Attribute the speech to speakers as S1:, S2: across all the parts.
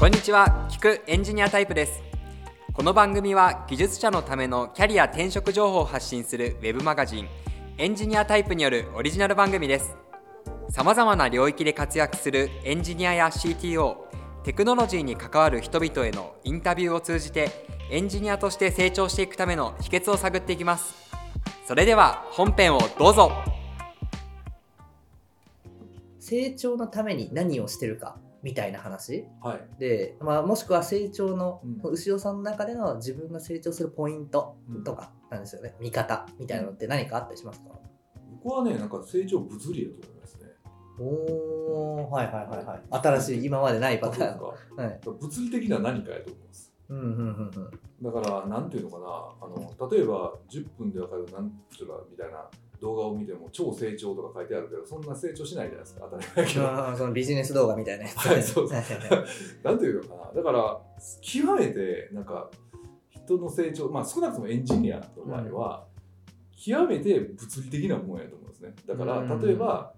S1: こんにちは聞くエンジニアタイプですこの番組は技術者のためのキャリア転職情報を発信するウェブマガジンエンジニアタイプによるオリジナル番組ですさまざまな領域で活躍するエンジニアや CTO テクノロジーに関わる人々へのインタビューを通じてエンジニアとして成長していくための秘訣を探っていきますそれでは本編をどうぞ
S2: 成長のために何をしてるかみたいな話
S3: はい。
S2: で、まあ、もしくは成長の、
S3: うん
S2: 牛尾さんの中での自分が成長するポイントとかなんですよね、見方みたいなのって何かあったりしますか、
S3: 僕はね、なんか成長物理だと思いますね。
S2: おーはいはいはいはい新しい今までないパターン
S3: そう
S2: はい
S3: ですか物理的な何かやと思います。
S2: うんうんうんうん
S3: だから、なんていうのかな、あの例えば10分でわかるなんとかみたいな動画を見ても、超成長とか書いてあるけど、そんな成長しないじゃないですか、当たり前だけど。
S2: あーそのビジネス動画みたいなやつね
S3: はいそうそう
S2: はいはいはい
S3: なんていうのかな、だから、極めて、なんか、人の成長、まあ、少なくともエンジニアの場合は、極めて物理的なもんやと思うんですね。だから
S2: うん、
S3: 例えば、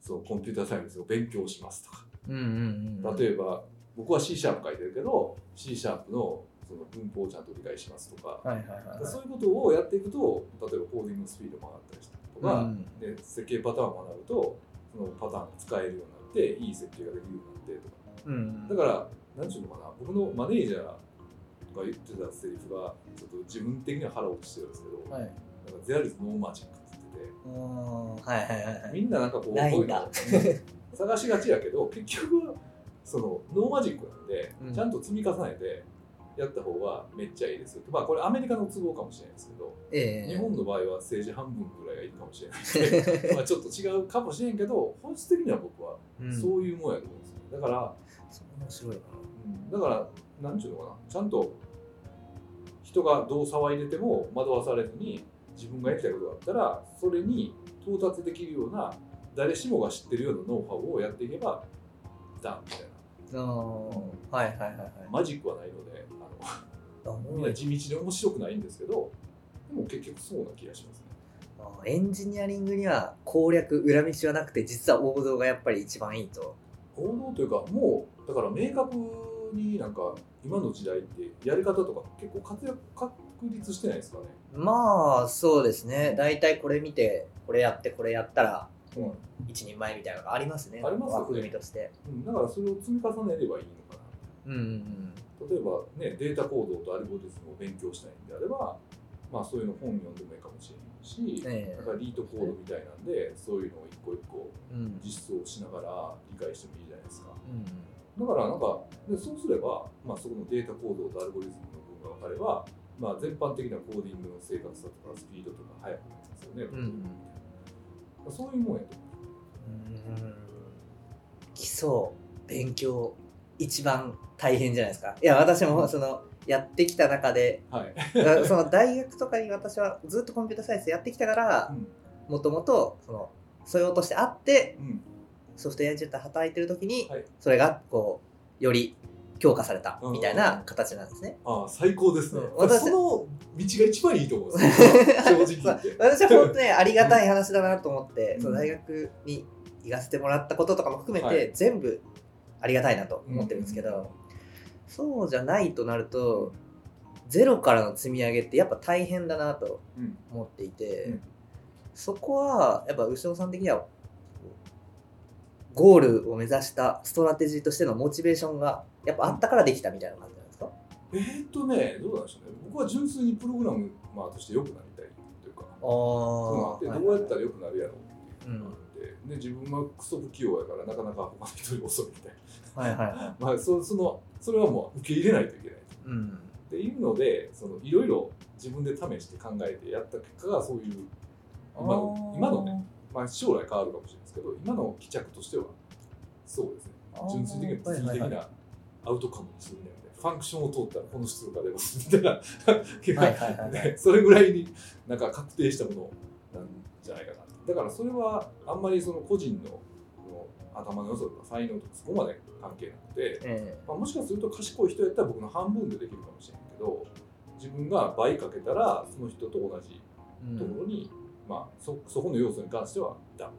S3: そうコンピューターサイエンスを勉強しますとか。
S2: うんうんうん
S3: 例えば僕は C シャープ書いてるけど C シャープのその文法をちゃんと理解しますとか、
S2: はいはいはいはい
S3: そういうことをやっていくと例えばコーディングのスピードも上がったりしたりと
S2: う
S3: か、
S2: ん
S3: で設計パターンを学ぶとそのパターンが使えるようになっていい設計ができるようになってとか
S2: うん
S3: だから何ていうのかな僕のマネージャーが言ってたセリフがちょっと自分的には腹落ちしてるんですけど、
S2: はい
S3: なんか There is no magic って言ってて
S2: うーんはいはいはいはい
S3: みんななんかこう
S2: ない
S3: こうんいうの
S2: だ
S3: を探しがちやけ ど結局はそのノーマジックなんで、
S2: うん
S3: ちゃんと積み重ねてやった方がめっちゃいいですよまあこれアメリカの都合かもしれないですけど、
S2: ええ
S3: 日本の場合は政治半分ぐらいがいいかもしれない んでまあちょっと違うかもしれんけど本質的には僕は
S2: うんそう
S3: そういうもんやと思うんですよ、だから、
S2: 面白いな
S3: うんだから何ていうのかなちゃんと人がどう騒いでても惑わされずに自分がやりたいことがあったらそれに到達できるような誰しもが知ってるようなノウハウをやっていけばダンみたい
S2: あーはいはいはいはい
S3: なマジックはないのであ
S2: あお
S3: の
S2: も
S3: みん
S2: ろ
S3: ない地道で面白くないんですけどでも結局そうな気がしますね
S2: あエンジニアリングには攻略裏道はなくて実は王道がやっぱり一番いいと。
S3: 王道というかもうだから明確になんか今の時代ってやり方とか結構活躍確立してないですかね、
S2: まあそうですね大体これ見てこれやってこれやったら一人前みたいなのがありますね
S3: ありますよね
S2: 枠組みとして。
S3: うん、だからそれを積み重ねればいいのかな
S2: うんうん
S3: 例えば、ね、データ行動とアルゴリズムを勉強したいんであれば、まあ、そういうの本読んでもいいかもしれないし、
S2: ええ
S3: なんかリートコードみたいなんでそういうのを一個一個
S2: うんうん
S3: 実装しながら理解してもいいじゃないですか
S2: うん
S3: だからなんかでそうすれば、まあ、そこのデータ行動とアルゴリズムの部分が分かれば、まあ、全般的なコーディングの正確さとかスピードとか速くなりますよね、
S2: うんうん
S3: そういうもんやと
S2: うん基礎勉強一番大変じゃないですか。いや私もそのやってきた中で
S3: 思う、はい
S2: だから その大学とかに私はずっとコンピューターサイエンスやってきたからもともとその素養としてあって
S3: うんうん
S2: ソフトウェアエンジニアと働いてる時に、
S3: はい
S2: それがこうより強化された
S3: うん
S2: みたいな形なんですね。
S3: ああ最高ですね、
S2: うん私
S3: その道が一番いいと思うん ですよ 正直言って
S2: 私は本当にありがたい話だなと思って、
S3: うん
S2: その大学に行かせてもらったこととかも含めて、
S3: はい
S2: 全部ありがたいなと思ってるんですけど、そうじゃないとなるとゼロからの積み上げってやっぱ大変だなと
S3: うん
S2: 思っていて、
S3: うん
S2: そこはやっぱ牛尾さん的にはゴールを目指したストラテジーとしてのモチベーションがやっぱあったからできたみたいな感じなんですか、
S3: えーっとね、どうなんでしょうね、僕は純粋にプログラム、まあ、として良くなりたいというか、そういうのがあってどうやったら良くなるやろうっていうのがあって、で自分はクソ不器用やから、なかなか他の人より遅いみたい
S2: はいはいはい
S3: な、 まあそその、それはもう受け入れないといけない
S2: うん
S3: っていうので、そのいろいろ自分で試して考えてやった結果が、そういう、今の今のね、まあ、将来変わるかもしれないですけど、今の帰着としては、そうですね、純粋的な物理的
S2: はいはいはい
S3: なアウトカムにするんだよね、ファンクションを通ったらこの出力が出ます みたいな、結果
S2: はいはいはいはい
S3: ねそれぐらいになんか確定したものなんじゃないかなだからそれはあんまりその個人のこの頭の良さとか才能とかそこまで関係なくて、
S2: ええ
S3: まあ、もしかすると賢い人やったら僕の半分でできるかもしれないけど自分が倍かけたらその人と同じ
S2: うん
S3: ところに、まあ、そそこの要素に関してはだみ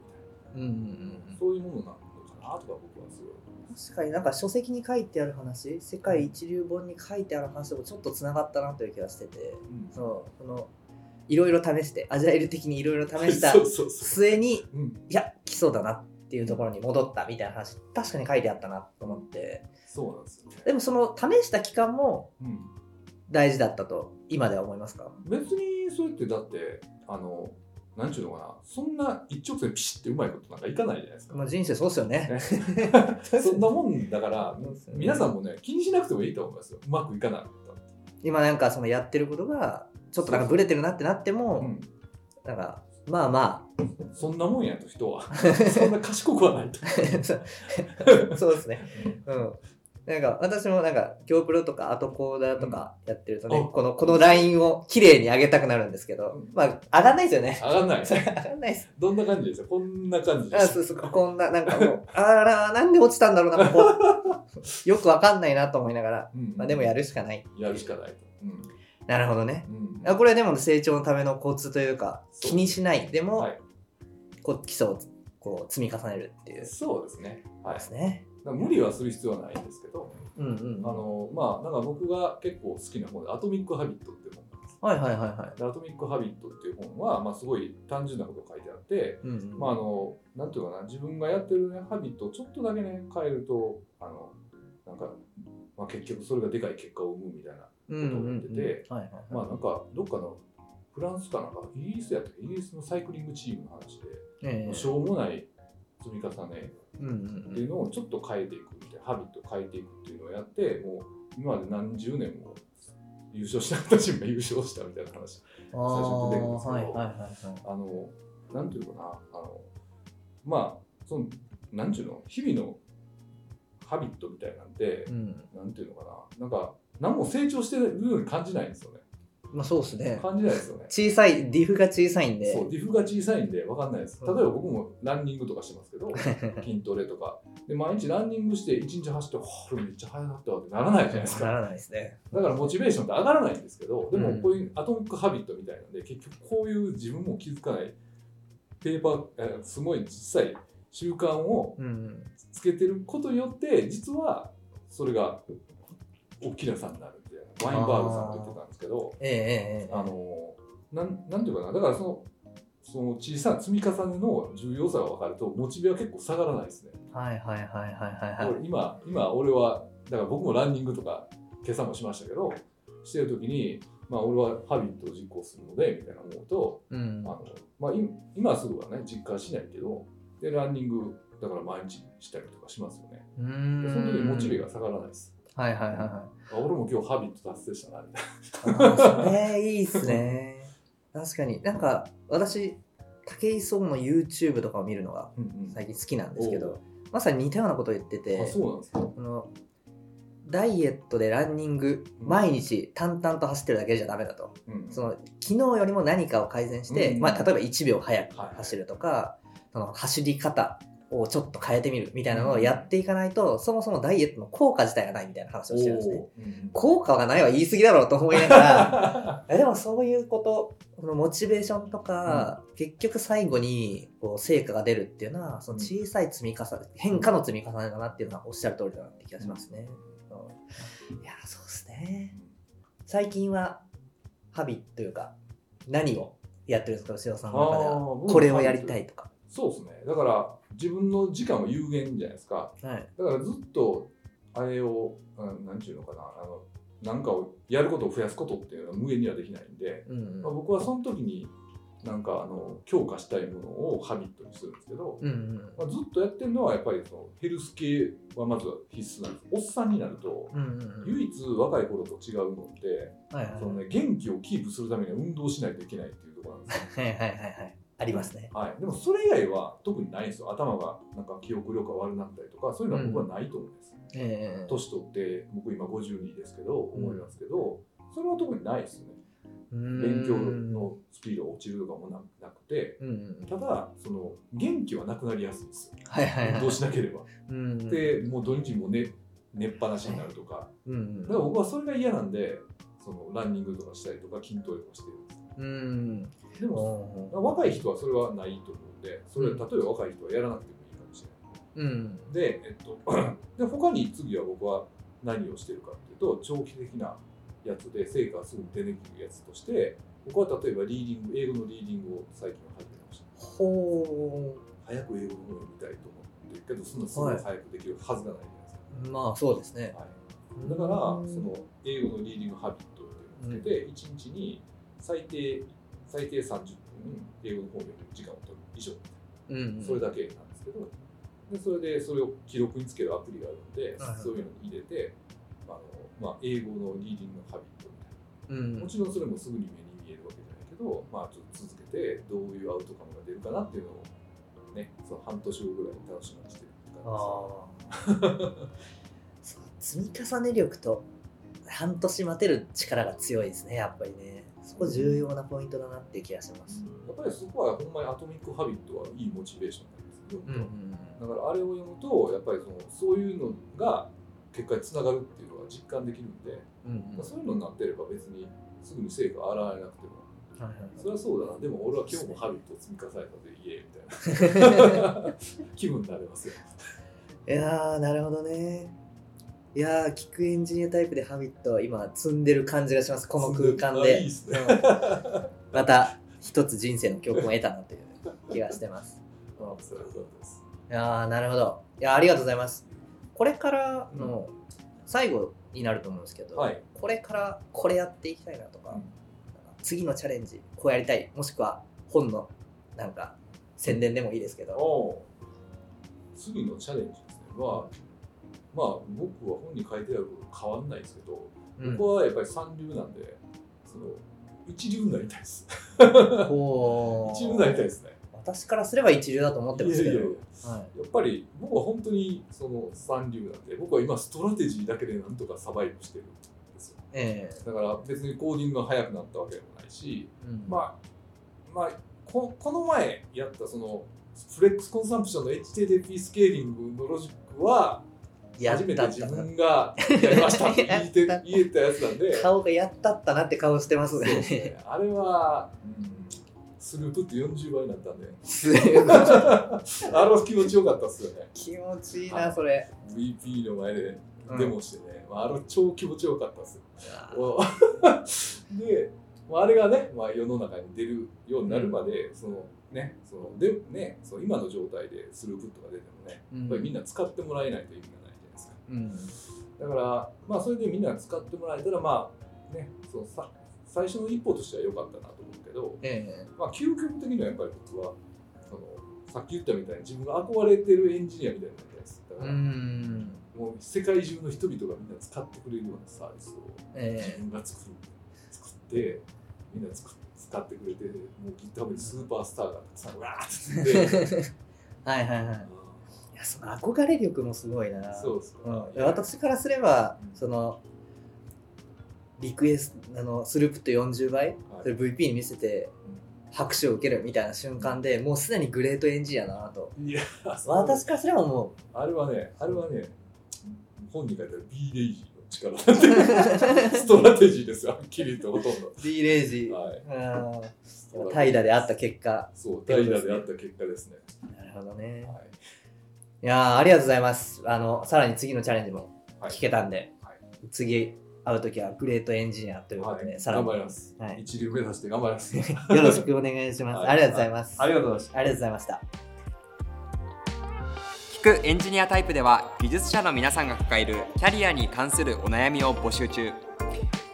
S2: う
S3: たい
S2: んうんうんうん
S3: なそういうものなのかななとか僕はすごい思います
S2: 確かになんか書籍に書いてある話世界一流本に書いてある話ともちょっとつながったなという気がしてて
S3: うん
S2: そのそのいろいろ試してアジャイル的にいろいろ試した
S3: そうそうそ
S2: 末に
S3: う、うん、
S2: いや基礎だなっていうところに戻ったみたいな話確かに書いてあったなと思って
S3: そうなんですよね、
S2: でもその試した期間も
S3: うん、
S2: 大事だったと今では思いますか
S3: 別にそれってだってあのなんちゅうのかなそんな一直線ピシッてうまいことなんかいかないじゃないですか、
S2: まあ人生そうですよね。
S3: そんなもんだから
S2: そうですよね
S3: 皆さんもね気にしなくてもいいと思いますようまくいかなかったって
S2: 今なんかそのやってることがちょっとなんかブレてるなってなっても、
S3: うん
S2: なんかまあま
S3: そんなもんやと人は そんな賢くはない と
S2: あそうそうですね。うん。なんか私もなんか GoPro とかアトコーダーとかやってるとね、
S3: うん
S2: このこのラインを綺麗に上げたくなるんですけど、
S3: うん
S2: まあ上がんないですよね。
S3: 上がんない
S2: 上がんないです。
S3: どんな感じですかこんな感じで
S2: あ
S3: す
S2: そうそうこんななんかもうあらなんで落ちたんだろうなここ よくわかんないなと思いながら、
S3: うん
S2: まあ、でもやるしかない。
S3: やるしかないと、うん
S2: なるほどね。
S3: うん
S2: あこれはでも成長のためのコツというか
S3: そう
S2: 気にしないでも、
S3: はい
S2: こう基礎をこう積み重ねるっていうで
S3: そうですね、はい、だか
S2: すね。
S3: ら無理はする必要はないんですけど、
S2: うんうん。
S3: あのまあなんか僕が結構好きな本で「アトミック・ハビット」っていう本なんです
S2: はいはいはいはい。
S3: でアトミック・ハビット」っていう本は、まあ、すごい単純なことが書いてあって、
S2: うんうん
S3: まあ、あのなんていうのかな自分がやってる、ね、ハビットをちょっとだけね変えるとあのなんか、まあ、結局それがでかい結果を生むみたいな、
S2: うんうんうん
S3: ことを言って
S2: はいはい
S3: まあ
S2: は
S3: なんかどっかのフランスかなんかイギリスやったかイギリスのサイクリングチームの話で、
S2: い。え
S3: もう
S2: え
S3: しょうもない積み重ね
S2: うんう
S3: っ
S2: ん
S3: て
S2: うん
S3: いうのをちょっと変えていくみたいなハビットを変えていくっていうのをやってもう今まで何十年も優勝した人たちが優勝したみたいな話
S2: あー
S3: 初に出てくるんですけど
S2: はいはいはいはい。
S3: あの、なんていうのかな、あの、まあ、その、なんていうの、日々のハビットみたいなんて
S2: う、ん。
S3: なんていうのかな、なんか、何も成長してるように感じないんですよね。
S2: まあそうですね。
S3: 感じないですよね。
S2: 小さい、ディフが小さいんで。
S3: そう、ディフが小さいんで分かんないです。
S2: う
S3: 例え
S2: ん
S3: ば僕もランニングとかしてますけど、 筋トレとか。で、毎日ランニングして1日走って、ほー俺めっちゃ速かったわってならないじゃないで
S2: な
S3: すか。
S2: らないですね。
S3: だからモチベーションって上がらないんですけど、で
S2: う
S3: も
S2: ん
S3: こういうアトミックハビットみたいなんで、結局こういう自分も気づかない、ペーパー、えーすごい実際習慣を
S2: うんうん。
S3: つけてることによって実はそれが大きな差になるみたいなワインバーグさんも言ってたんですけど
S2: ええええええ
S3: あのなんなんていうかなだからそのその小さな積み重ねの重要さが分かるとモチベは結構下がらないですね、
S2: はいはいはいはいはいは
S3: 俺今今俺はだから僕もランニングとか今朝もしましたけどしてる時にまあ俺はハビットを実行するのでみたいな思うと
S2: い。うん
S3: あ。のまあ、今今すぐはね実感しないけどでランニングだから毎日したりとかしますよね
S2: う
S3: で
S2: ん。
S3: その時にモチベが下がらないです
S2: はいはいはいはい。
S3: あ俺も今日ハビット達成したなみたい
S2: あーそれいいっすね。確かに。なんか、私、武井壮の YouTube とかを見るのが
S3: な、うん
S2: 最近好きなんですけど、まさに似たようなことを言って
S3: あ
S2: て、
S3: そうなんですか
S2: このダイエットでランニング、
S3: うん
S2: 毎日淡々と走ってるだけじゃダメだと。
S3: うん
S2: その昨日よりも何かを改善して、
S3: うん
S2: まあ、例えば1秒早く
S3: はい
S2: 走るとか、その走り方をちょっと変えてみるみたいなのをやっていかないと、そもそもダイエットの効果自体がないみたいな話をしてるんですね。
S3: おーうん
S2: 効果がないは言い過ぎだろうと思いながらえでもそういうことこのモチベーションとか、結局最後にこう成果が出るっていうのはその小さい積み重ね、変化の積み重ねだなっていうのはおっしゃる通りだなって気がしますね、うんいやそうですね最近はハビというか何をやってるんですか牛尾さんの中で
S3: あー
S2: は
S3: 僕も
S2: これをやりたいとか
S3: そうですねだから自分の時間は有限じゃないですか
S2: はい
S3: だからずっとあれを、うん、なんていうのかなあのなんかをやることを増やすことっていうのは無限にはできないんで、
S2: うんうん
S3: まあ、僕はその時になんかあの強化したいものをハビットにするんですけど、
S2: うんうん
S3: まあ、ずっとやってるのはやっぱりそのヘルス系はまずは必須なんですおっさんになると
S2: うんうんうん
S3: 唯一若い頃と違うのって
S2: はいはい
S3: その、ね、元気をキープするためには運動しないといけないっていうところなんですよ、
S2: はいはいはいはいありますね
S3: はい、でもそれ以外は特にないんですよ頭がなんか記憶力が悪くなったりとかそういうのは僕はないと思うんです、
S2: ええ
S3: 年取って僕今52ですけど思いますけど、それは特にないですよね勉強のスピードが落ちるとかもななくて
S2: うんうんうん
S3: ただその元気はなくなりやすいんですよ
S2: はいはいはい。
S3: 運動しなければ
S2: うん、
S3: でもう土日も寝寝っぱなしになるとか
S2: うんうん、
S3: だから僕はそれが嫌なんでそのランニングとかしたりとか筋トレとかしてるんで
S2: うん、
S3: すでも
S2: おー
S3: 若い人はそれはないと思うんでそれ
S2: う
S3: 例え
S2: ん
S3: ば若い人はやらなくてもいいかもしれない
S2: うん。
S3: で、えっと、 で他に次は僕は何をしてるかっていうと、長期的なやつで成果がすぐに出てくるやつとして、僕は例えばリーディング、英語のリーディングを最近は始めました。
S2: ほ
S3: 早く英語の本を見たいと思ってるけど、そんなすぐ早くできるはずがないじゃないです
S2: う。
S3: か。
S2: まあそうですね。
S3: はいだから、その英語のリーディングハビットっていうのをつけて、1日に最低最低30分英語の方面に時間を取る以上、
S2: うん、うん。
S3: それだけなんですけど、でそれでそれを記録につけるアプリがあるので、
S2: はいはい
S3: そういうのに入れて、あのまあ、英語のリーディングハビットみたいな。
S2: う
S3: も
S2: ん。
S3: ちろんそれもすぐに目に見えるわけじゃないけど、まあ、ちょっと続けてどういうアウトカムが出るかなっていうのを、ね、その半年後ぐらいに楽しみにしてるって感じで
S2: あ
S3: すね。
S2: あ。そう積み重ね力と半年待てる力が強いですね、やっぱりね。そこ重要なポイントだなっていう気がします。
S3: やっぱりそこはほんまにアトミックハビットはいいモチベーションなんですけど、
S2: うんうん
S3: だからあれを読むとやっぱりそのそういうのが結果につながるっていうのが実感できるんで、
S2: うん。うんうん
S3: まあ、そういうのになってれば別にすぐに成果が現れなくても
S2: はい
S3: それはそうだなでも俺は今日もハビットを積み重ねたで言えみた
S2: はい
S3: いな気分になれますよ
S2: いやーなるほどねいやー聞くエンジニアタイプでハビットを今積んでる感じがしますこの空間
S3: あいい
S2: で
S3: っすね
S2: うんまた一つ人生の教訓を得たなという気がして ます
S3: あそういうことです
S2: いやーなるほどいやーありがとうございますこれからの最後になると思うんですけど、
S3: はい
S2: これからこれやっていきたいなとか,、
S3: うん
S2: 次のチャレンジこうやりたいもしくは本のなんか宣伝でもいいですけど、
S3: おう次のチャレンジですねはまあ僕は本に書いてあること変わんないですけど、
S2: うん
S3: 僕はやっぱり三流なんで、その一流になりたいです。
S2: こう
S3: 一流になりたいですね。
S2: 私からすれば一流だと思ってます
S3: い
S2: け
S3: やい
S2: ど
S3: やいや
S2: はい
S3: やっぱり僕は本当にその三流なんで、僕は今ストラテジーだけでなんとかサバイブしてるんですよ。
S2: ええ
S3: だから別にコーディングが速くなったわけでもないし、
S2: うん
S3: まあ、まあ、ここの前やったそのフレックスコンサンプションの HTTP スケーリングのロジックは
S2: やっ
S3: 初めて
S2: たっ
S3: 自
S2: たな
S3: 分がやりましたって言って
S2: やった
S3: 言えたやつなんで。
S2: 顔がやったったなって顔してます
S3: そう
S2: ね
S3: ですね。あれは、うん、スループって40倍になった んで、
S2: すごい
S3: あれは気持ちよかったっすよね。
S2: 気持ちいいなそれ
S3: VP の前で
S2: うん
S3: デモしてね、まあ、あれは超気持ちよかったっすよ。
S2: あー
S3: お で、まあ、あれがね、まあ、世の中に出るようになるまで、そのね、そのでねその今の状態でスループットが出てもね、
S2: うん
S3: やっぱりみんな使ってもらえないと意味がないじゃないですか。
S2: うん
S3: だから、まあ、それでみんな使ってもらえたら、まあね、そのさ最初の一歩としては良かったなと思うけど、
S2: え
S3: まあ、究極的にはやっぱり僕はそのさっき言ったみたいに自分が憧れてるエンジニアみたいになりたいですだ
S2: え
S3: か
S2: う
S3: ら、
S2: ん
S3: もう世界中の人々がみんな使ってくれるようなサービスを自
S2: ええ
S3: 分が作る、作ってみんな作っ使ってくれてもう GitHub にスーパースターがたくさんうわーっ てつって
S2: はいはいはいいやその憧れ力もすごいな
S3: そうです
S2: うん
S3: か、
S2: いや私からすれば
S3: うん
S2: そのリクエストあのスループと40倍
S3: はい
S2: それ VP に見せて拍手を受けるみたいな瞬間でもうすでにグレートエンジニアだなと
S3: いや
S2: 私からすればもう
S3: あれはねあれはね本に書いてある B レイジーの力 なんでストラテジーですよはっきり言ってほとんど
S2: D レイジ
S3: はい
S2: うん怠惰であった結果
S3: そう代打であった結果ですね
S2: なるほどね
S3: はい
S2: いやーありがとうございますあのさらに次のチャレンジも
S3: はい
S2: 聞けたんで、
S3: はい
S2: 次会う時はグレートエンジニアということで、さら
S3: 頑
S2: に
S3: 張ります、
S2: はい
S3: 一流目指して頑張りま す
S2: よろしくお願いします、
S3: はい
S2: ありがとうございます、
S3: ありがとうございました
S2: ありがとうございました
S1: 聞くエンジニアタイプでは技術者の皆さんが抱えるキャリアに関するお悩みを募集中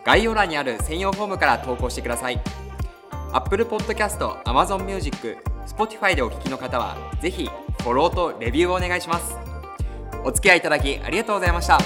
S1: 概要欄にある専用フォームから投稿してください Apple Podcast、Amazon Music、Spotify でお聞きの方はぜひフォローとレビューをお願いしますお付き合いいただきありがとうございました